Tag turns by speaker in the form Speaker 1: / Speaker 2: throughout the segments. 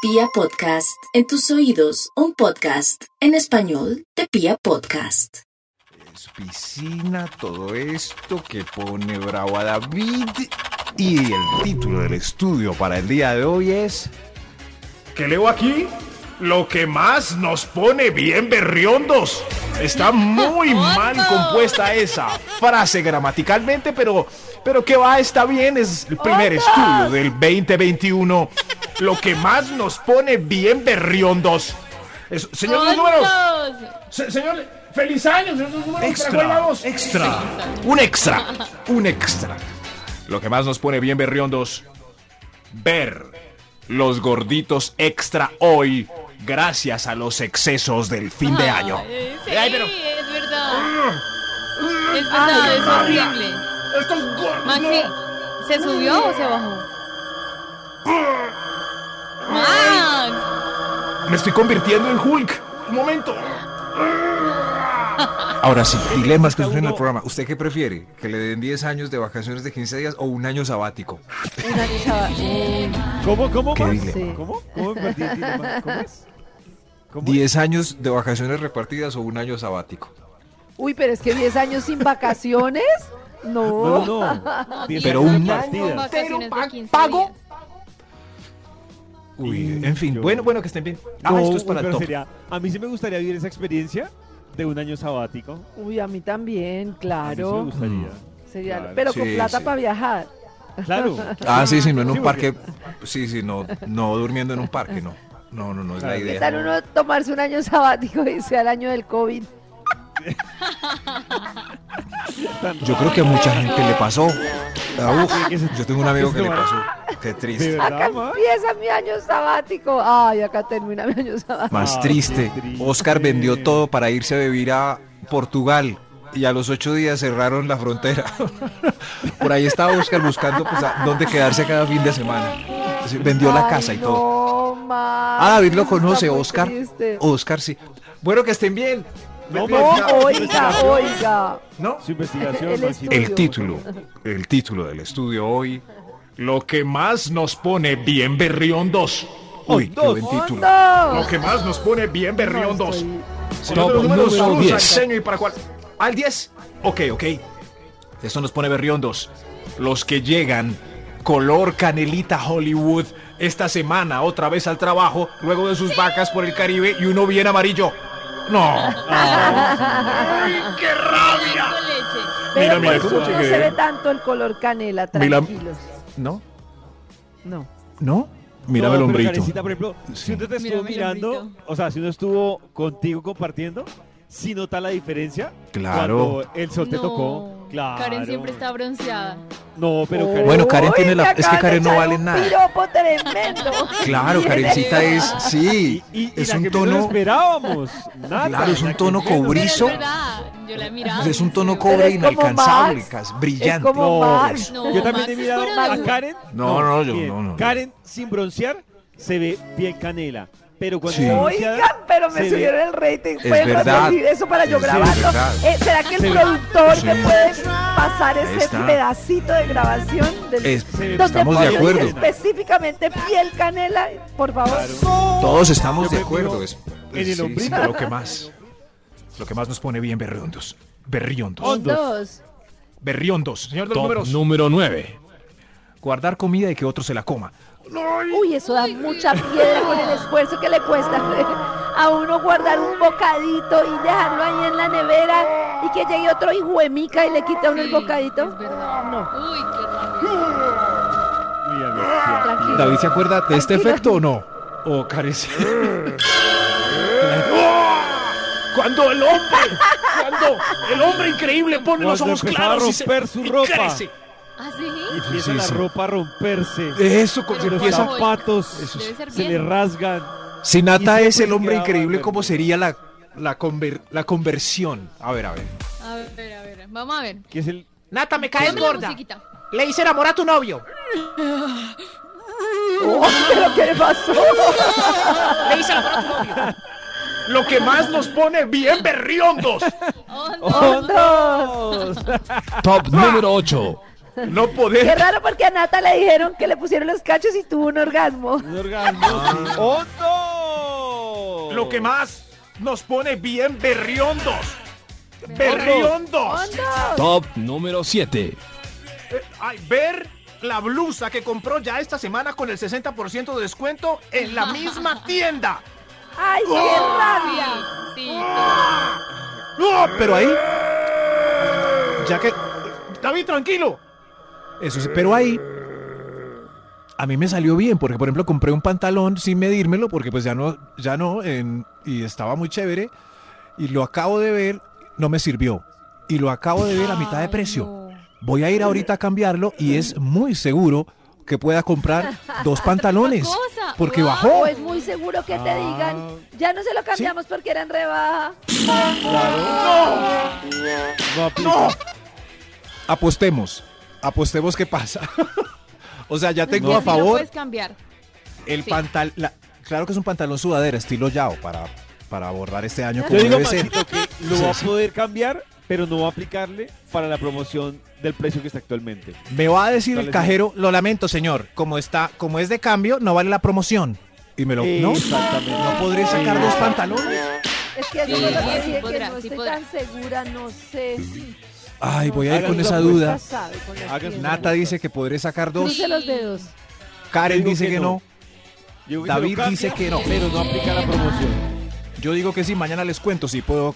Speaker 1: Pia Podcast, en tus oídos, un podcast en español de Pia Podcast.
Speaker 2: Es piscina, todo esto que pone bravo a David. Y el título del estudio para el día de hoy es
Speaker 3: que leo aquí, lo que más nos pone bien berriondos. Está muy mal compuesta esa frase gramaticalmente, pero, pero que va, está bien. Es el primer estudio del 2021. Lo que más nos pone bien berriondos. Es- señor de los números. se- señor, feliz año, señor de los números. tragó la
Speaker 2: extra,
Speaker 3: voz.
Speaker 2: extra, un extra, un extra.
Speaker 3: Lo que más nos pone bien berriondos, ver los gorditos extra hoy gracias a los excesos del fin de año.
Speaker 4: Ay, Ah, eh,
Speaker 5: Eh,
Speaker 4: Sí,
Speaker 3: Ay, pero-
Speaker 4: es
Speaker 6: Ah.
Speaker 4: verdad. Es verdad, es horrible.
Speaker 3: Estos gordos.
Speaker 4: Maxi, ¿se subió o se bajó?
Speaker 6: Ah.
Speaker 4: Max,
Speaker 3: Me estoy convirtiendo en Hulk. Un momento.
Speaker 2: Ahora sí, dilemas que surgen en el programa. ¿Usted qué prefiere? ¿Que le den 10 años de vacaciones de 15 días o un año sabático?
Speaker 4: una chava. eh,
Speaker 5: ¿Cómo, cómo,
Speaker 2: ¿Qué
Speaker 5: Max?
Speaker 2: dilema?
Speaker 5: ¿Cómo? ¿Cómo? ¿Cómo es? ¿Cómo es? ¿Cómo es?
Speaker 2: 10 años de vacaciones repartidas o un año sabático.
Speaker 6: Uy, pero es que 10 años sin vacaciones. No.
Speaker 5: No,
Speaker 4: Ah,
Speaker 5: no. Diez
Speaker 2: Pero
Speaker 5: horas
Speaker 2: un
Speaker 5: repartidas.
Speaker 4: vacaciones de 15
Speaker 3: pago.
Speaker 4: días.
Speaker 2: Uy, en fin,
Speaker 5: yo-
Speaker 2: bueno, bueno, que estén bien. Ah,
Speaker 5: No,
Speaker 2: esto es
Speaker 5: uy,
Speaker 2: para el
Speaker 5: pero
Speaker 2: top.
Speaker 5: sería- a mí sí me gustaría vivir esa experiencia de un año sabático.
Speaker 6: Uy, a mí también,
Speaker 5: A mí sí
Speaker 6: claro.
Speaker 5: me gustaría.
Speaker 4: Mm.
Speaker 6: Sería-
Speaker 5: Claro.
Speaker 6: pero con
Speaker 2: Sí,
Speaker 6: plata
Speaker 2: sí.
Speaker 6: para viajar.
Speaker 5: Claro.
Speaker 2: Ah, sí, sí, no en un
Speaker 5: Sí, porque-
Speaker 2: parque. Sí, sí, no, no durmiendo en un parque, no. No, no, no es la
Speaker 5: Claro.
Speaker 6: ¿Qué
Speaker 2: idea.
Speaker 6: tal uno tomarse un año sabático y sea el año del COVID?
Speaker 5: Tan
Speaker 2: Yo creo que a mucha gente le pasó. Ah, uf,
Speaker 5: que se-
Speaker 2: yo tengo un amigo
Speaker 5: que
Speaker 2: que
Speaker 5: se
Speaker 2: le pasó.
Speaker 5: tomara.
Speaker 2: Qué
Speaker 5: De
Speaker 2: triste.
Speaker 6: Acá
Speaker 5: verdad, Max?
Speaker 6: empieza mi año sabático. Ay, acá termina mi año sabático.
Speaker 2: Más
Speaker 5: Ah,
Speaker 2: triste.
Speaker 5: qué triste.
Speaker 2: Oscar vendió todo para irse a vivir a Portugal. Y a los ocho días cerraron la frontera. Por ahí estaba Oscar buscando pues, a dónde quedarse cada fin de semana. Sí, Vendió la
Speaker 6: Ay,
Speaker 2: casa y
Speaker 6: no,
Speaker 2: todo.
Speaker 6: Max,
Speaker 2: Ah, David lo
Speaker 6: está
Speaker 2: conoce,
Speaker 6: muy
Speaker 2: Oscar.
Speaker 6: triste.
Speaker 2: Oscar sí. Bueno, que estén bien.
Speaker 5: No,
Speaker 6: No, oiga, oiga.
Speaker 2: ¿No?
Speaker 5: Su investigación,
Speaker 6: El
Speaker 5: Maxito.
Speaker 6: estudio.
Speaker 2: El título. El título del estudio hoy.
Speaker 3: Lo que más nos pone bien berriondos.
Speaker 2: Uy, qué buen título.
Speaker 3: Lo
Speaker 6: ¡Hondo!
Speaker 3: que más nos pone bien berriondos.
Speaker 6: estoy-
Speaker 3: Señor de
Speaker 2: Top
Speaker 3: los números,
Speaker 2: número
Speaker 3: saludos al
Speaker 2: 10.
Speaker 3: diseño y para cuál. Al 10. Ok, ok. Esto nos pone berriondos. Los que llegan color canelita Hollywood esta semana otra vez al trabajo luego de sus vacas por el Caribe y uno bien amarillo.
Speaker 5: Ah,
Speaker 3: No. ¡Qué
Speaker 6: Ah,
Speaker 3: rabia!
Speaker 4: Con leche.
Speaker 6: Pero
Speaker 3: mira,
Speaker 6: por
Speaker 3: ¿cómo
Speaker 6: eso no
Speaker 3: llegué?
Speaker 6: se ve tanto el color canela,
Speaker 3: Mira-
Speaker 6: tranquilos.
Speaker 3: ¿No?
Speaker 6: No.
Speaker 3: ¿No? Mírame el
Speaker 5: No, pero
Speaker 3: hombrito.
Speaker 5: Karencita, por ejemplo, si uno te estuvo
Speaker 4: Mírame el
Speaker 5: mirando,
Speaker 4: hombrito.
Speaker 5: o sea, si uno estuvo contigo compartiendo, si nota la diferencia.
Speaker 2: Claro.
Speaker 5: Cuando el sol te
Speaker 4: No,
Speaker 5: tocó. Claro.
Speaker 4: Karen siempre está bronceada.
Speaker 5: No, pero Karen.
Speaker 2: Oh. Bueno, Karen
Speaker 6: Uy,
Speaker 2: tiene
Speaker 6: me
Speaker 2: la- es que
Speaker 6: acaban de
Speaker 2: Karen no
Speaker 6: echar
Speaker 2: vale
Speaker 6: un
Speaker 2: nada.
Speaker 6: Piropo tremendo.
Speaker 2: Claro, Karencita es. Sí.
Speaker 5: Y, y
Speaker 2: Es
Speaker 5: la
Speaker 2: un
Speaker 5: que menos
Speaker 2: tono.
Speaker 5: esperábamos. Nada.
Speaker 2: Claro, es un
Speaker 5: La que
Speaker 2: tono
Speaker 5: menos-
Speaker 4: Pero es
Speaker 2: cobrizo.
Speaker 4: verdad, yo la miraba.
Speaker 2: Es un tono
Speaker 4: cobrizo.
Speaker 2: cobre
Speaker 6: es como
Speaker 2: inalcanzable,
Speaker 6: Max.
Speaker 2: cas- brillante.
Speaker 6: Es como Max.
Speaker 4: No,
Speaker 5: yo también
Speaker 4: Max
Speaker 5: he
Speaker 4: es
Speaker 5: mirado
Speaker 4: corajudo.
Speaker 5: a Karen.
Speaker 2: No, no, yo-
Speaker 5: bien.
Speaker 2: no, no, no.
Speaker 5: Karen sin broncear se ve bien canela. Pero cuando
Speaker 2: Sí.
Speaker 5: está bronceada,
Speaker 6: Oigan, pero me
Speaker 5: se ve-
Speaker 6: subieron el rating.
Speaker 2: Es
Speaker 6: Pueden
Speaker 2: verdad.
Speaker 6: conseguir eso para yo
Speaker 2: Es
Speaker 6: grabarlo.
Speaker 2: verdad.
Speaker 6: Eh, ¿Será que el
Speaker 5: Sí.
Speaker 6: productor me
Speaker 2: Sí.
Speaker 6: puede pasar
Speaker 2: Ahí
Speaker 6: ese
Speaker 2: está.
Speaker 6: pedacito de grabación? Del,
Speaker 2: Es-
Speaker 6: donde
Speaker 2: estamos
Speaker 5: de
Speaker 6: ponen
Speaker 2: acuerdo.
Speaker 6: específicamente piel canela, por favor.
Speaker 2: Todos estamos
Speaker 5: Yo
Speaker 2: de
Speaker 5: me
Speaker 2: acuerdo.
Speaker 5: fijo
Speaker 2: Es, pues,
Speaker 5: en el
Speaker 2: sí, sí,
Speaker 5: hombrito.
Speaker 2: pero
Speaker 3: Lo que más. Lo que más nos pone bien berriondos. Berriondos.
Speaker 5: Hondos.
Speaker 3: Berriondos. Oh, Señor de los
Speaker 2: Top
Speaker 3: números.
Speaker 2: número 9.
Speaker 3: Guardar comida y que otro se la coma.
Speaker 6: Uy, eso da mucha piedra con el esfuerzo que le cuesta a uno guardar un bocadito y dejarlo ahí en la nevera y que llegue otro hijo de mica y le quita a uno el
Speaker 4: Sí, Es
Speaker 6: bocadito.
Speaker 4: verdad.
Speaker 6: No.
Speaker 4: Uy, qué rabia.
Speaker 6: Tranquilo.
Speaker 2: David, ¿se acuerda de este
Speaker 6: Tranquilo.
Speaker 2: efecto o no? O carece.
Speaker 3: Cuando el hombre, cuando el hombre increíble pone los
Speaker 5: Cuando
Speaker 3: ojos
Speaker 5: empezaba a
Speaker 3: claros y se-
Speaker 5: romper su
Speaker 3: y
Speaker 5: ropa.
Speaker 3: crece.
Speaker 4: ¿Ah, sí?
Speaker 5: Y empieza
Speaker 2: Sí,
Speaker 5: la
Speaker 2: sí. Eh,
Speaker 5: ropa a romperse.
Speaker 2: Eso, con-
Speaker 4: Pero
Speaker 2: se
Speaker 5: los
Speaker 2: empieza.
Speaker 4: Oiga,
Speaker 5: zapatos
Speaker 4: eso debe ser
Speaker 5: se le
Speaker 4: bien.
Speaker 5: rasgan.
Speaker 2: Si
Speaker 5: Y
Speaker 2: Nata
Speaker 5: siempre
Speaker 2: es el hombre
Speaker 5: quedaba
Speaker 2: increíble,
Speaker 5: verde.
Speaker 2: ¿cómo sería la, la, conver- la conversión? A ver, a ver.
Speaker 4: A ver, a ver. Vamos a ver.
Speaker 5: Que es el.
Speaker 7: Nata, me caes
Speaker 4: Ponme la
Speaker 7: gorda.
Speaker 4: musiquita.
Speaker 7: Le hice amor a tu novio.
Speaker 6: Oh, ¿Pero qué le pasó?
Speaker 7: Le hice amor a tu novio.
Speaker 3: Lo que más nos pone bien
Speaker 4: Oh,
Speaker 6: Oh.
Speaker 3: berriondos.
Speaker 4: Onda.
Speaker 5: ¡Oh, no!
Speaker 2: Top número 8.
Speaker 3: No
Speaker 6: Qué
Speaker 3: poder.
Speaker 6: raro porque a Nata le dijeron que le pusieron los cachos y tuvo un orgasmo.
Speaker 5: Un orgasmo. sí.
Speaker 7: Oh.
Speaker 5: ¡Hondo!
Speaker 3: Lo que más nos pone bien berriondos. Berriondos.
Speaker 6: ¡Hondo!
Speaker 8: Top número 7.
Speaker 3: Eh, ay, ver la blusa que compró ya esta semana con el 60% de descuento en la misma tienda.
Speaker 6: ¡Ay, qué
Speaker 4: Oh.
Speaker 6: rabia!
Speaker 4: Sí, sí.
Speaker 3: No, pero ahí. Ya que. David, tranquilo. Eso sí, pero ahí. A mí me salió bien, porque por ejemplo compré un pantalón sin medírmelo, porque pues ya no, ya no, en- y estaba muy chévere. Y lo acabo de ver, no me sirvió. Y lo acabo de ver a mitad de precio. Voy a ir ahorita a cambiarlo y es muy seguro que pueda comprar dos pantalones.
Speaker 4: cosa?
Speaker 3: Porque
Speaker 4: Wow. Pues,
Speaker 3: bajó.
Speaker 6: O es Pues muy seguro que te digan, ya no se lo cambiamos porque eran rebaja.
Speaker 5: No aplica.
Speaker 2: Apostemos. Apostemos qué pasa. o sea, ya tengo
Speaker 4: Que
Speaker 2: a
Speaker 4: si Pues lo
Speaker 2: favor
Speaker 4: puedes cambiar.
Speaker 2: el
Speaker 4: sí.
Speaker 2: pantal. la- claro que es un pantalón sudadera, estilo Yao, para, para abordar este año
Speaker 5: Yo
Speaker 2: como
Speaker 5: digo,
Speaker 2: debe ser.
Speaker 5: Maxito, que lo va a poder cambiar, pero no va a aplicarle para la promoción del precio que está actualmente.
Speaker 2: Me va a decir
Speaker 5: Dale,
Speaker 2: el cajero, lo lamento, señor. Como está, como es de cambio, no vale la promoción. Y me lo. No,
Speaker 5: Exactamente.
Speaker 2: no podré sacar dos pantalones.
Speaker 6: Es que eso
Speaker 4: Sí,
Speaker 6: no lo
Speaker 4: sí,
Speaker 6: que
Speaker 4: sí
Speaker 6: sigue, que
Speaker 4: podrá,
Speaker 6: no
Speaker 4: sí
Speaker 6: estoy
Speaker 4: podrá.
Speaker 6: tan segura, no sé.
Speaker 2: Ay, voy a ir
Speaker 5: Hagan
Speaker 2: con
Speaker 5: una
Speaker 2: esa
Speaker 5: apuesta.
Speaker 2: duda.
Speaker 6: Ya sabe, con los
Speaker 5: Hagan
Speaker 6: pies.
Speaker 5: una
Speaker 2: Nata dice que podré sacar dos.
Speaker 6: Cruce los dedos.
Speaker 2: Karen
Speaker 5: Yo digo
Speaker 2: dice
Speaker 5: que
Speaker 2: que no.
Speaker 5: no. Yo digo que se lo
Speaker 2: David
Speaker 5: cambia,
Speaker 2: dice que no.
Speaker 5: Pero no aplica la promoción.
Speaker 2: Yo digo que sí, mañana les cuento si puedo,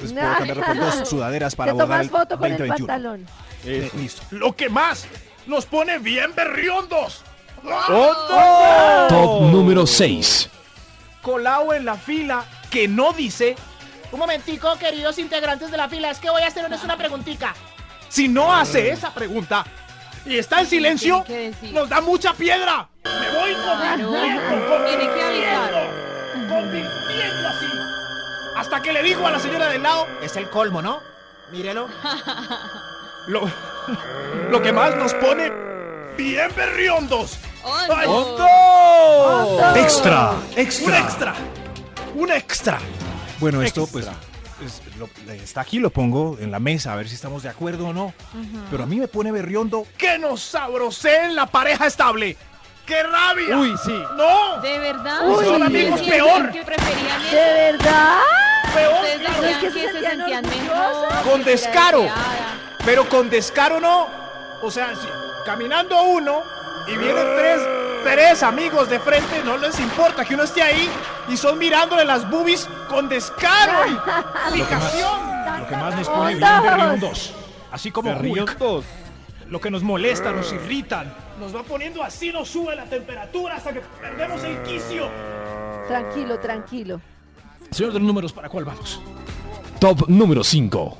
Speaker 2: les puedo cambiarlo por dos sudaderas para
Speaker 6: Te
Speaker 2: abordar
Speaker 6: tomas
Speaker 2: el
Speaker 6: foto con el
Speaker 2: 2021.
Speaker 6: pantalón.
Speaker 2: Eh,
Speaker 5: Eso.
Speaker 2: Listo.
Speaker 3: Lo que más nos pone bien berriondos.
Speaker 5: ¡Oh,
Speaker 8: Top número 6.
Speaker 3: colado en la fila que no dice,
Speaker 7: Un momentico, queridos integrantes de la fila, es que voy a hacerles una preguntica.
Speaker 3: si no hace esa pregunta y está en silencio,
Speaker 4: tiene que decir.
Speaker 3: nos da mucha piedra. Me voy
Speaker 4: Claro.
Speaker 3: convirtiendo, convirtiendo,
Speaker 4: Tiene que
Speaker 3: convirtiendo así. Hasta que le digo a la señora del lado, es el colmo, ¿no? Mírelo. Lo, lo que más nos pone bien berriondos.
Speaker 4: ¡Hondo!
Speaker 3: Ay,
Speaker 2: Extra.
Speaker 3: Un extra. Un extra.
Speaker 2: Bueno, esto pues es- lo- está aquí, lo pongo en la mesa a ver si estamos de acuerdo o no. Pero a mí me pone berriondo.
Speaker 3: que nos sabroseen la pareja estable. ¡Qué rabia!
Speaker 5: Uy, sí.
Speaker 3: ¡No!
Speaker 4: De verdad.
Speaker 6: Uy,
Speaker 4: Ustedes
Speaker 3: amigos,
Speaker 4: sienten
Speaker 3: peor.
Speaker 4: Que preferían
Speaker 6: ¿De
Speaker 4: eso.
Speaker 6: verdad?
Speaker 3: Peor,
Speaker 4: Ustedes
Speaker 6: Pero es
Speaker 4: decían
Speaker 6: que
Speaker 4: que
Speaker 6: se
Speaker 4: se
Speaker 6: sentían
Speaker 4: sentían
Speaker 6: orgullosas.
Speaker 4: mejor.
Speaker 3: Con
Speaker 4: que era
Speaker 3: descaro.
Speaker 4: deseada.
Speaker 3: pero con descaro no. O sea, si- caminando uno y vienen tres, tres amigos de frente, no les importa que uno esté ahí y son mirándole las boobies con descaro y fijación.
Speaker 2: Lo que más nos
Speaker 6: pone bien Berriondos.
Speaker 2: berriondos.
Speaker 3: Así como Hulk,
Speaker 5: Berriondos.
Speaker 3: lo que nos molesta, nos irritan, nos va poniendo así, nos sube la temperatura hasta que perdemos el quicio.
Speaker 6: Tranquilo, tranquilo.
Speaker 3: Señor de los números, ¿para cuál vamos?
Speaker 8: Top número 5.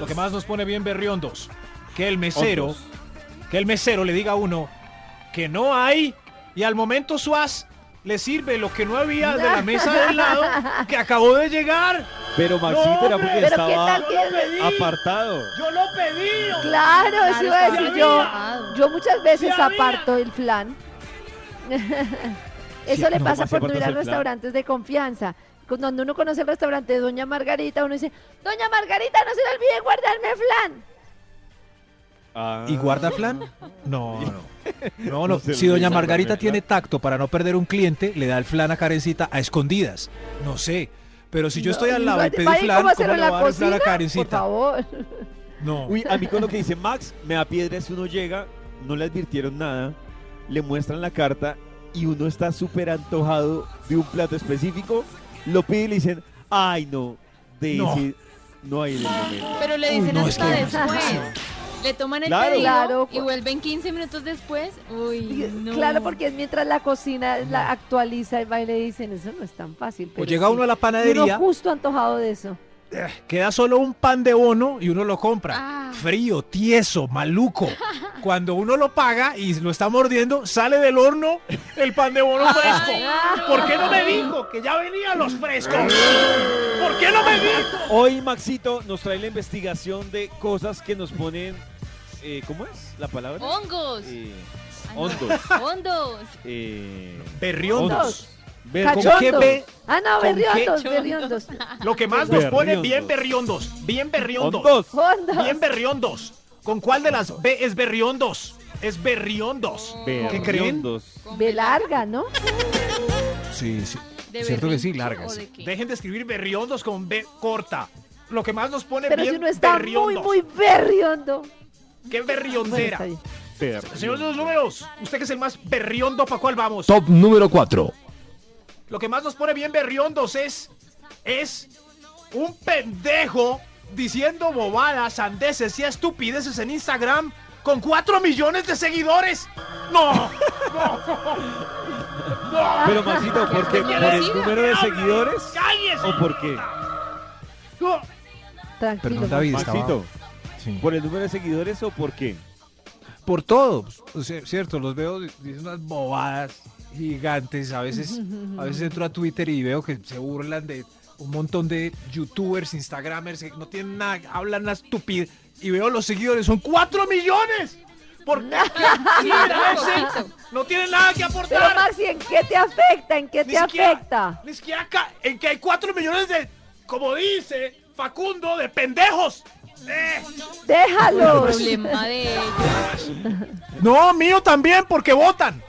Speaker 3: Lo que más nos pone bien berriondos, que el mesero, que el mesero le diga a uno que no hay y al momento Suaz le sirve lo que no había de la mesa del lado que acabó de llegar.
Speaker 5: Pero Maxito
Speaker 3: No,
Speaker 5: era
Speaker 3: hombre.
Speaker 5: porque
Speaker 6: Pero qué
Speaker 5: estaba
Speaker 6: tal que...
Speaker 5: apartado.
Speaker 3: Yo lo pedí. hombre.
Speaker 6: Claro, eso iba a
Speaker 4: estaba
Speaker 6: decir yo.
Speaker 4: enojado.
Speaker 6: Yo muchas veces
Speaker 3: Sí, había.
Speaker 6: aparto el flan. Eso
Speaker 5: Sí,
Speaker 6: le
Speaker 5: no,
Speaker 6: pasa
Speaker 5: más
Speaker 6: por no
Speaker 5: apartas
Speaker 6: ir a
Speaker 5: el flan.
Speaker 6: restaurantes de confianza. Cuando uno conoce el restaurante de Doña Margarita, uno dice, Doña Margarita, no se le olvide guardarme flan.
Speaker 5: Ah.
Speaker 2: ¿Y guarda flan? No, no. No, no.
Speaker 5: No se
Speaker 2: si doña
Speaker 5: olvida
Speaker 2: Margarita
Speaker 5: guardar
Speaker 2: tiene tacto para no perder un cliente, le da el flan a Karencita a escondidas. No sé. Pero si yo estoy al lado y pedí
Speaker 6: Vaya,
Speaker 2: flan,
Speaker 6: ¿cómo
Speaker 2: ¿cómo
Speaker 6: hacerlo
Speaker 2: le
Speaker 6: en
Speaker 2: va a
Speaker 6: la
Speaker 2: dar el flan
Speaker 6: cocina?
Speaker 2: a
Speaker 6: Por
Speaker 2: Karencita?
Speaker 6: favor.
Speaker 2: No.
Speaker 5: Uy, a mí con lo que dice Max, me da piedras, uno llega, no le advirtieron nada, le muestran la carta y uno está súper antojado de un plato específico, lo pide y le dicen, ay no, de
Speaker 2: No.
Speaker 5: ese no hay en el momento.
Speaker 4: Pero le dicen
Speaker 2: no, es
Speaker 4: hasta
Speaker 2: que-
Speaker 4: después. Le toman el
Speaker 5: Claro.
Speaker 4: pedido
Speaker 6: Claro.
Speaker 4: y vuelven 15 minutos después. Uy, no.
Speaker 6: Claro, porque es mientras la cocina la actualiza y va y le dicen, eso no es tan fácil.
Speaker 2: O
Speaker 6: pero
Speaker 2: llega
Speaker 6: sí".
Speaker 2: uno a la
Speaker 6: Y uno
Speaker 2: panadería,
Speaker 6: justo antojado de eso.
Speaker 2: queda solo un pan de bono y uno lo compra.
Speaker 4: Ah.
Speaker 2: Frío, tieso, maluco. Cuando uno lo paga y lo está mordiendo, sale del horno el pan de bono fresco.
Speaker 4: Ay,
Speaker 3: ¿Por qué no me dijo que ya venían los frescos? ¿Por qué no me dijo?
Speaker 5: Hoy Maxito nos trae la investigación de cosas que nos ponen, eh, ¿cómo es la palabra?
Speaker 4: Hongos.
Speaker 5: Eh,
Speaker 4: Ay, no.
Speaker 5: hondos.
Speaker 4: Hondos.
Speaker 5: eh,
Speaker 2: Berriondos.
Speaker 5: Ver-
Speaker 2: ¿con
Speaker 6: Cachondos.
Speaker 2: qué ve-
Speaker 6: Ah, no,
Speaker 2: con qué
Speaker 6: berriondos,
Speaker 4: chondos?
Speaker 6: berriondos.
Speaker 3: Lo que más nos pone
Speaker 5: Berriondos.
Speaker 3: bien berriondos, bien berriondos,
Speaker 5: hondos.
Speaker 6: Hondos.
Speaker 3: bien berriondos. ¿Con cuál de las B es berriondos? Es berriondos. ¿Qué creen?
Speaker 5: Berriondos.
Speaker 4: Con
Speaker 6: De
Speaker 4: B
Speaker 6: larga, ¿no?
Speaker 2: Sí, sí.
Speaker 4: de
Speaker 2: Cierto que sí,
Speaker 4: berrinche
Speaker 2: largas.
Speaker 4: o de qué?
Speaker 3: Dejen de escribir berriondos con B corta. Lo que más nos pone
Speaker 6: Pero
Speaker 3: bien
Speaker 6: si uno está muy,
Speaker 3: berriondos.
Speaker 6: muy berriondo.
Speaker 3: ¡Qué
Speaker 6: Bueno,
Speaker 3: berriondera!
Speaker 6: Pues está bien.
Speaker 3: Señor de los números, usted que es el más berriondo, ¿para cuál vamos?
Speaker 8: Top número 4.
Speaker 3: Lo que más nos pone bien berriondos es. es. un pendejo diciendo bobadas, sandeces y estupideces en Instagram con 4 millones de seguidores. ¡No!
Speaker 5: Pero Maxito, ¿por qué?
Speaker 4: ¿Qué
Speaker 5: ¿Por
Speaker 4: quiere
Speaker 5: el
Speaker 4: decir?
Speaker 5: número de seguidores?
Speaker 3: ¡Cállese!
Speaker 5: ¿O por qué?
Speaker 3: No.
Speaker 6: Tranquilo.
Speaker 2: Perdón, David, estaba...
Speaker 5: Maxito,
Speaker 2: Sí.
Speaker 5: ¿por el número de seguidores o por qué?
Speaker 2: Por todo, pues, o sea, cierto, los veo, dicen unas bobadas gigantes. A veces, a veces entro a Twitter y veo que se burlan de un montón de youtubers, instagramers, que no tienen nada, hablan una estupidez. Y veo los seguidores, son 4 millones. ¿Por qué?
Speaker 4: Sí, bravo, Maxito.
Speaker 3: No tiene nada que
Speaker 6: Pero
Speaker 3: aportar.
Speaker 6: Maxi, ¿en qué te afecta? ¿En qué
Speaker 3: Ni
Speaker 6: te
Speaker 3: siquiera-
Speaker 6: afecta?
Speaker 3: Ni siquiera acá, en que hay 4 millones de, como dice Facundo, de pendejos. Eh,
Speaker 6: Déjalo.
Speaker 4: Problema de ellos.
Speaker 3: No, mío también, porque votan.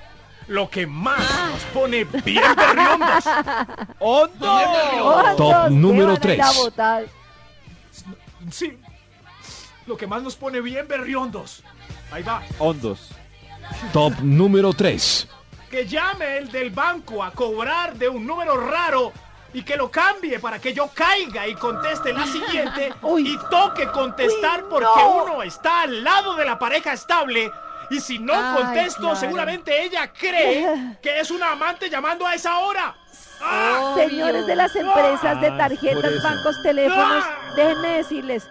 Speaker 3: Lo que más nos pone bien berriondos.
Speaker 5: ¡Hondo!
Speaker 3: Bien berriondos.
Speaker 6: Ojo,
Speaker 8: Top
Speaker 6: ¿qué
Speaker 8: número
Speaker 6: van a ir a
Speaker 8: tres.
Speaker 6: votar?
Speaker 3: Sí. Lo que más nos pone bien berriondos. Ahí va.
Speaker 5: Hondos.
Speaker 8: Top número 3.
Speaker 3: Que llame el del banco a cobrar de un número raro y que lo cambie para que yo caiga y conteste la siguiente
Speaker 6: Uy.
Speaker 3: y toque contestar
Speaker 6: Uy, no.
Speaker 3: porque uno está al lado de la pareja estable y si no
Speaker 6: Ay,
Speaker 3: contesto
Speaker 6: claro.
Speaker 3: seguramente ella cree que es una amante llamando a esa hora. ¡Ah!
Speaker 6: Señores de las empresas de
Speaker 5: Ah, por
Speaker 6: tarjetas,
Speaker 5: eso.
Speaker 6: bancos, teléfonos,
Speaker 3: Ah.
Speaker 6: déjenme decirles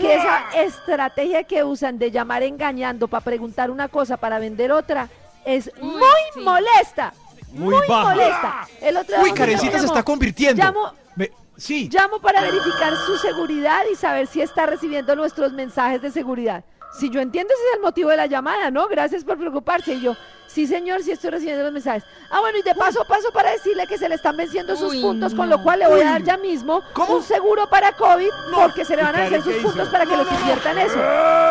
Speaker 6: que esa estrategia que usan de llamar engañando para preguntar una cosa para vender otra es
Speaker 4: Uy,
Speaker 6: muy
Speaker 4: sí.
Speaker 6: molesta.
Speaker 5: Muy
Speaker 6: Muy,
Speaker 5: baja.
Speaker 6: molesta. El otro día
Speaker 2: Uy,
Speaker 6: un
Speaker 2: Karencita
Speaker 6: señor
Speaker 2: se
Speaker 6: llamó,
Speaker 2: está convirtiendo.
Speaker 6: Llamo,
Speaker 2: Me- Sí,
Speaker 6: llamo para verificar su seguridad y saber si está recibiendo nuestros mensajes de seguridad. Si yo entiendo ese es el motivo de la llamada, ¿no? Gracias por preocuparse. Y yo, sí señor, sí estoy recibiendo los mensajes. Ah, bueno, y de paso a paso para decirle que se le están venciendo sus
Speaker 4: Uy,
Speaker 6: puntos, con
Speaker 4: no.
Speaker 6: lo cual le voy a dar ya mismo un seguro para COVID, porque se le
Speaker 5: ¿Y
Speaker 6: van a vencer
Speaker 5: Karen qué
Speaker 6: sus
Speaker 5: hizo?
Speaker 6: puntos para que los inviertan eso.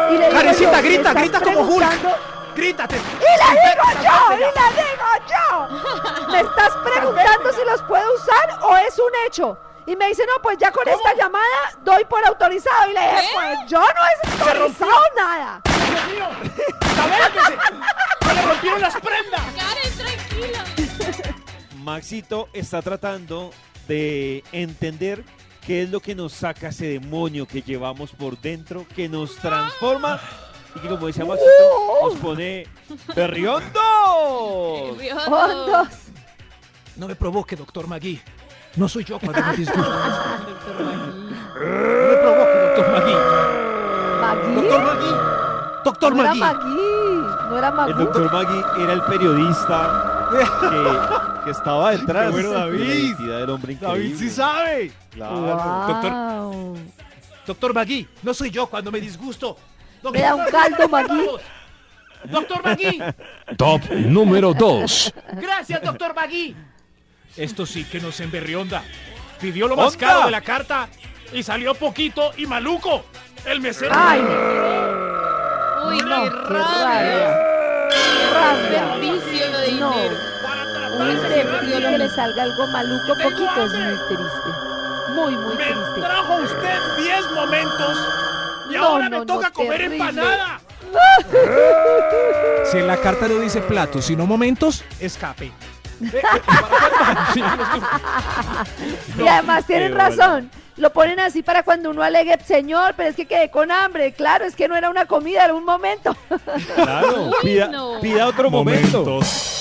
Speaker 6: Y le digo
Speaker 3: Karencita,
Speaker 6: yo,
Speaker 3: grita,
Speaker 6: "¿Estás
Speaker 3: grita como Hulk".
Speaker 6: preguntando
Speaker 3: grítate.
Speaker 6: ¡Y la digo yo! ¡Y la digo yo! ¿Me estás preguntando si los puedo usar o es un hecho? Y me dice, no, pues ya con esta llamada doy por autorizado. Y le dije, pues yo no he autorizado nada.
Speaker 3: Dios mío. ¡Cabéllese! ¡Se le rompieron las prendas!
Speaker 4: Karen, tranquila.
Speaker 5: Maxito está tratando de entender qué es lo que nos saca ese demonio que llevamos por dentro, que nos transforma y que, como decía Maxito, nos pone
Speaker 6: Oh.
Speaker 5: berriondos.
Speaker 4: Riondo.
Speaker 6: Hondos.
Speaker 2: No me provoque, doctor Magui. No soy yo cuando me disgusta. No me provoque, doctor Magui.
Speaker 6: Magui.
Speaker 2: Doctor Magui. Doctor
Speaker 6: No era
Speaker 2: Magui.
Speaker 6: Magui. No era
Speaker 5: El
Speaker 6: Magui.
Speaker 5: doctor Magui era el periodista que, que estaba detrás
Speaker 3: Qué bueno,
Speaker 5: de la
Speaker 3: David.
Speaker 5: identidad del hombre increíble.
Speaker 3: David sí sabe.
Speaker 5: Claro.
Speaker 6: Wow.
Speaker 3: Doctor Magui, no soy yo cuando me disgusto. Doctor
Speaker 6: Me da un caldo, Magui.
Speaker 3: Doctor Magui,
Speaker 8: Top número 2.
Speaker 3: gracias, doctor Magui. Esto sí que nos emberrionda. Pidió lo más caro de la carta y salió poquito y maluco. El mesero.
Speaker 6: Ay,
Speaker 4: Uy,
Speaker 6: no,
Speaker 4: qué
Speaker 6: qué
Speaker 4: rabia.
Speaker 6: rabia. Qué rabia.
Speaker 4: Desperdicio de
Speaker 6: No.
Speaker 4: dinero.
Speaker 3: Para tratar
Speaker 6: Un
Speaker 3: de
Speaker 6: servicio
Speaker 3: cerrarme,
Speaker 6: que le salga algo maluco
Speaker 3: Tengo
Speaker 6: poquito es
Speaker 3: hambre.
Speaker 6: muy triste. Muy, muy
Speaker 3: me
Speaker 6: triste.
Speaker 3: trajo usted 10 momentos y
Speaker 6: No,
Speaker 3: ahora
Speaker 6: no,
Speaker 3: me
Speaker 6: no,
Speaker 3: toca comer
Speaker 6: terrible.
Speaker 3: empanada.
Speaker 2: Si en la carta no dice platos, sino momentos,
Speaker 3: Eh,
Speaker 2: escape.
Speaker 6: Y además tienen
Speaker 5: qué bola.
Speaker 6: razón. Lo ponen así para cuando uno alegue, señor, pero es que quedé con hambre. Claro, es que no era una comida, era un momento.
Speaker 5: Claro.
Speaker 4: Uy,
Speaker 5: Pida,
Speaker 4: no.
Speaker 5: pida otro momento.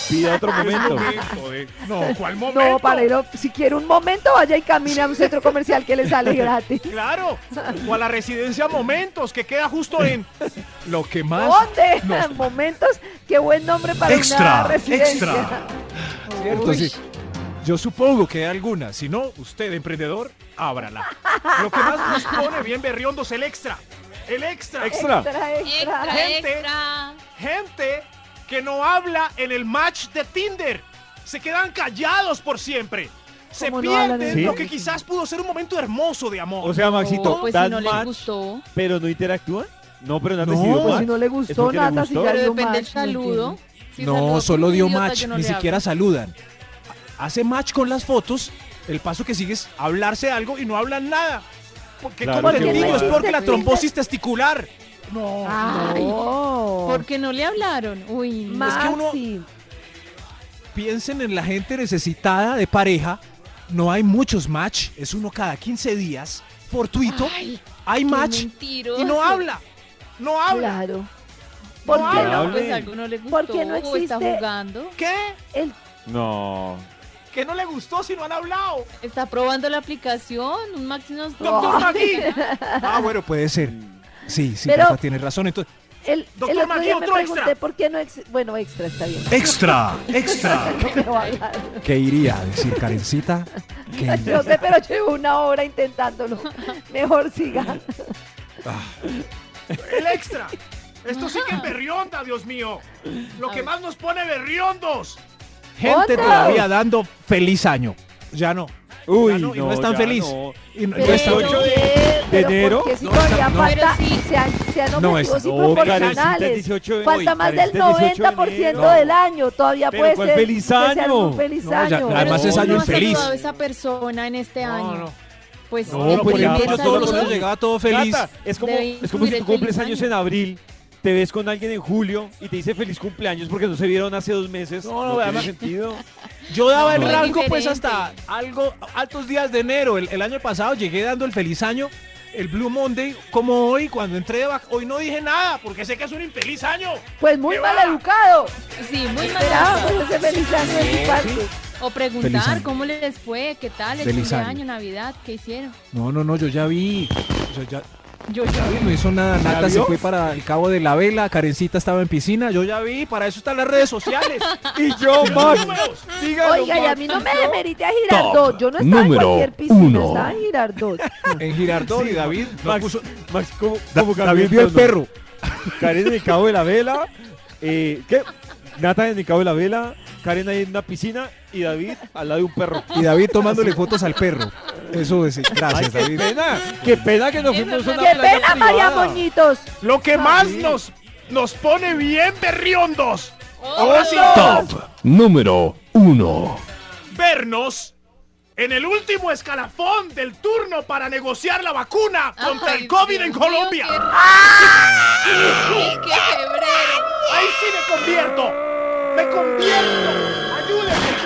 Speaker 5: Pida otro momento.
Speaker 3: eh? No, ¿cuál momento?
Speaker 6: No, para ir, a- si quiere un momento, vaya y camina a un centro comercial que le sale gratis.
Speaker 3: Claro, o a la residencia Momentos, que queda justo en lo que más.
Speaker 6: ¿Dónde? Momentos, qué buen nombre para una residencia.
Speaker 2: ¿Cierto? Sí.
Speaker 3: Yo supongo que hay alguna, si no, usted, emprendedor, ábrala. Lo que más nos pone bien berriondos el extra. El extra.
Speaker 5: Extra.
Speaker 6: Extra, extra.
Speaker 4: Extra,
Speaker 3: Gente.
Speaker 4: extra.
Speaker 3: Gente que no habla en el match de Tinder. Se quedan callados por siempre. Se
Speaker 6: ¿Cómo no
Speaker 3: pierden
Speaker 6: hablan en
Speaker 3: lo
Speaker 5: el
Speaker 3: que
Speaker 6: match?
Speaker 3: quizás pudo ser un momento hermoso de amor.
Speaker 5: O sea, Maxito,
Speaker 4: Oh, pues si
Speaker 5: dan
Speaker 4: no les
Speaker 5: match,
Speaker 4: gustó.
Speaker 5: pero no interactúan. No, pero Nata
Speaker 2: No,
Speaker 5: sí dio
Speaker 2: pues
Speaker 5: match.
Speaker 6: si no le
Speaker 5: ¿Es
Speaker 6: gustó,
Speaker 5: porque le
Speaker 6: Nata, si
Speaker 5: gustó?
Speaker 6: ya
Speaker 4: Pero
Speaker 6: dio
Speaker 4: depende del
Speaker 6: match, no
Speaker 4: saludo. Si saludo
Speaker 2: No,
Speaker 4: como
Speaker 2: solo
Speaker 4: un
Speaker 2: dio
Speaker 4: idiota,
Speaker 2: match,
Speaker 4: yo no
Speaker 2: ni
Speaker 4: le hablo.
Speaker 2: siquiera saludan. Hace match con las fotos, el paso que sigue es hablarse algo y no hablan nada. Porque
Speaker 5: Claro,
Speaker 2: como
Speaker 5: porque
Speaker 2: el
Speaker 5: no
Speaker 2: niño es
Speaker 5: existe
Speaker 2: porque la
Speaker 6: Twitter.
Speaker 2: trombosis testicular. No.
Speaker 4: Ay,
Speaker 6: No.
Speaker 4: porque no le hablaron. Uy, no.
Speaker 2: Es que uno-
Speaker 6: Maxi.
Speaker 2: Piensen en la gente necesitada de pareja. No hay muchos match, es uno cada 15 días, fortuito.
Speaker 4: Ay,
Speaker 2: hay
Speaker 4: qué
Speaker 2: match
Speaker 4: mentiroso.
Speaker 2: y no habla. No habla.
Speaker 6: Claro.
Speaker 4: ¿Por
Speaker 6: No
Speaker 4: qué no?
Speaker 5: hablen.
Speaker 4: Pues algo no le gustó.
Speaker 6: ¿Por qué no
Speaker 4: o está
Speaker 6: existe?
Speaker 4: jugando.
Speaker 2: ¿Qué?
Speaker 6: El-
Speaker 5: No.
Speaker 2: ¿Qué no le gustó si no han hablado?
Speaker 4: Está probando la aplicación. Un Maxi nos
Speaker 2: ¡Doctor Magui! Ah, bueno, puede ser. Sí, sí,
Speaker 6: Pero-
Speaker 2: papá, tienes razón. Entonces,
Speaker 6: el-
Speaker 2: Doctor
Speaker 6: el otro
Speaker 2: Magui,
Speaker 6: día me
Speaker 2: otro
Speaker 6: pregunté
Speaker 2: extra.
Speaker 6: por qué no... ex- Bueno, extra, está bien.
Speaker 2: extra, extra.
Speaker 6: Me va a hablar.
Speaker 2: ¿Qué iría a decir Karencita? ¿Qué iría?
Speaker 6: Yo sé, pero llevo una hora intentándolo. Mejor siga.
Speaker 3: ¡El extra! Esto sí que es berrionda, Dios mío. Lo que más nos pone berriondos.
Speaker 2: Gente
Speaker 6: ¡Otro!
Speaker 2: todavía dando feliz año. Ya no.
Speaker 5: Uy,
Speaker 2: Ya no, y no es tan
Speaker 5: ya
Speaker 2: feliz.
Speaker 5: no.
Speaker 2: Y no-
Speaker 4: Pero-
Speaker 2: no está-
Speaker 5: Ocho de-
Speaker 6: ¿De
Speaker 5: enero?
Speaker 6: Porque si
Speaker 2: No,
Speaker 6: todavía
Speaker 2: no.
Speaker 6: falta,
Speaker 4: Pero sí.
Speaker 6: sean, sean
Speaker 2: No,
Speaker 6: objetivos
Speaker 2: esa-
Speaker 6: y
Speaker 5: no, Karencita, el
Speaker 6: proporcionales.
Speaker 5: 18 de-
Speaker 6: Falta
Speaker 5: Uy,
Speaker 6: más del
Speaker 5: Karencita, el 18 de
Speaker 6: 90%
Speaker 5: enero.
Speaker 6: del año. Todavía
Speaker 5: Pero
Speaker 6: puede
Speaker 5: ¿cuál
Speaker 6: ser.
Speaker 5: feliz
Speaker 6: que sea
Speaker 5: año?
Speaker 6: un feliz
Speaker 2: No, ya-
Speaker 6: año.
Speaker 2: además
Speaker 4: Pero
Speaker 2: es
Speaker 4: si
Speaker 2: año
Speaker 4: no has
Speaker 2: infeliz.
Speaker 4: saludado a esa persona en este año.
Speaker 2: no.
Speaker 4: Pues
Speaker 5: No, no,
Speaker 2: por
Speaker 5: pues ya
Speaker 2: ejemplo, yo
Speaker 5: pasó.
Speaker 2: todos los
Speaker 5: Saludos.
Speaker 2: años llegaba todo feliz.
Speaker 5: Nata, es como,
Speaker 4: Debe
Speaker 5: es como si
Speaker 4: incluir
Speaker 5: tú
Speaker 4: el
Speaker 5: cumples
Speaker 4: feliz
Speaker 5: años
Speaker 4: año.
Speaker 5: en abril, te ves con alguien en julio y te dice feliz cumpleaños porque no se vieron hace dos meses.
Speaker 2: No,
Speaker 5: No,
Speaker 2: no,
Speaker 5: no, tiene
Speaker 2: además-
Speaker 5: sentido.
Speaker 2: Yo daba el
Speaker 4: No, es
Speaker 2: rango pues
Speaker 4: diferente.
Speaker 2: hasta algo altos días de enero. El, el año pasado llegué dando el feliz año, el Blue Monday, como hoy, cuando entré de vac- Hoy no dije nada, porque sé que es un infeliz año.
Speaker 6: Pues muy
Speaker 2: ¡Qué
Speaker 6: mal
Speaker 2: va!
Speaker 6: educado.
Speaker 4: Sí, muy mal.
Speaker 6: Esperábamos ese feliz año de mi parte.
Speaker 4: O
Speaker 2: Feliz
Speaker 4: preguntar
Speaker 2: año.
Speaker 4: cómo les fue, qué tal, el
Speaker 2: Feliz año.
Speaker 4: cumpleaños, Navidad, qué hicieron.
Speaker 2: No, no, no, yo ya vi. Yo ya,
Speaker 4: Yo, yo.
Speaker 2: Uy, no hizo nada, Nata se
Speaker 5: vio?
Speaker 2: fue para el cabo de la vela, Karencita estaba en piscina, yo ya vi, para eso están las redes sociales.
Speaker 5: y yo, Max, dígalo,
Speaker 6: Oiga, y a
Speaker 5: Max.
Speaker 6: mí no me demerite a Girardot. Yo no estaba
Speaker 8: número
Speaker 6: en cualquier piscina,
Speaker 8: uno.
Speaker 6: estaba en Girardot.
Speaker 2: En Girardot y David no
Speaker 5: Max,
Speaker 2: puso-
Speaker 5: Max, ¿cómo,
Speaker 2: Da-
Speaker 5: cómo cambió
Speaker 2: David vio el
Speaker 5: tono?
Speaker 2: perro.
Speaker 5: Karen en el cabo de la vela. eh, ¿Qué? Nata en el cabo de la vela. Karen ahí en una piscina y David al lado de un perro.
Speaker 2: Y David tomándole fotos al perro. Eso es,
Speaker 5: Ay,
Speaker 2: gracias,
Speaker 5: qué
Speaker 2: David.
Speaker 5: pena, qué pena que no
Speaker 4: Es
Speaker 5: fuimos a una
Speaker 4: verdad.
Speaker 6: ¡Qué
Speaker 5: playa
Speaker 6: pena, María
Speaker 5: privada.
Speaker 6: Moñitos!
Speaker 3: Lo que más nos, nos pone bien berriondos. Ahora sí,
Speaker 8: Top número 1.
Speaker 3: vernos en el último escalafón del turno para negociar la vacuna contra el COVID en Colombia.
Speaker 4: Es que febrero.
Speaker 3: Ahí sí me convierto. Me convierto. Ayúdenme.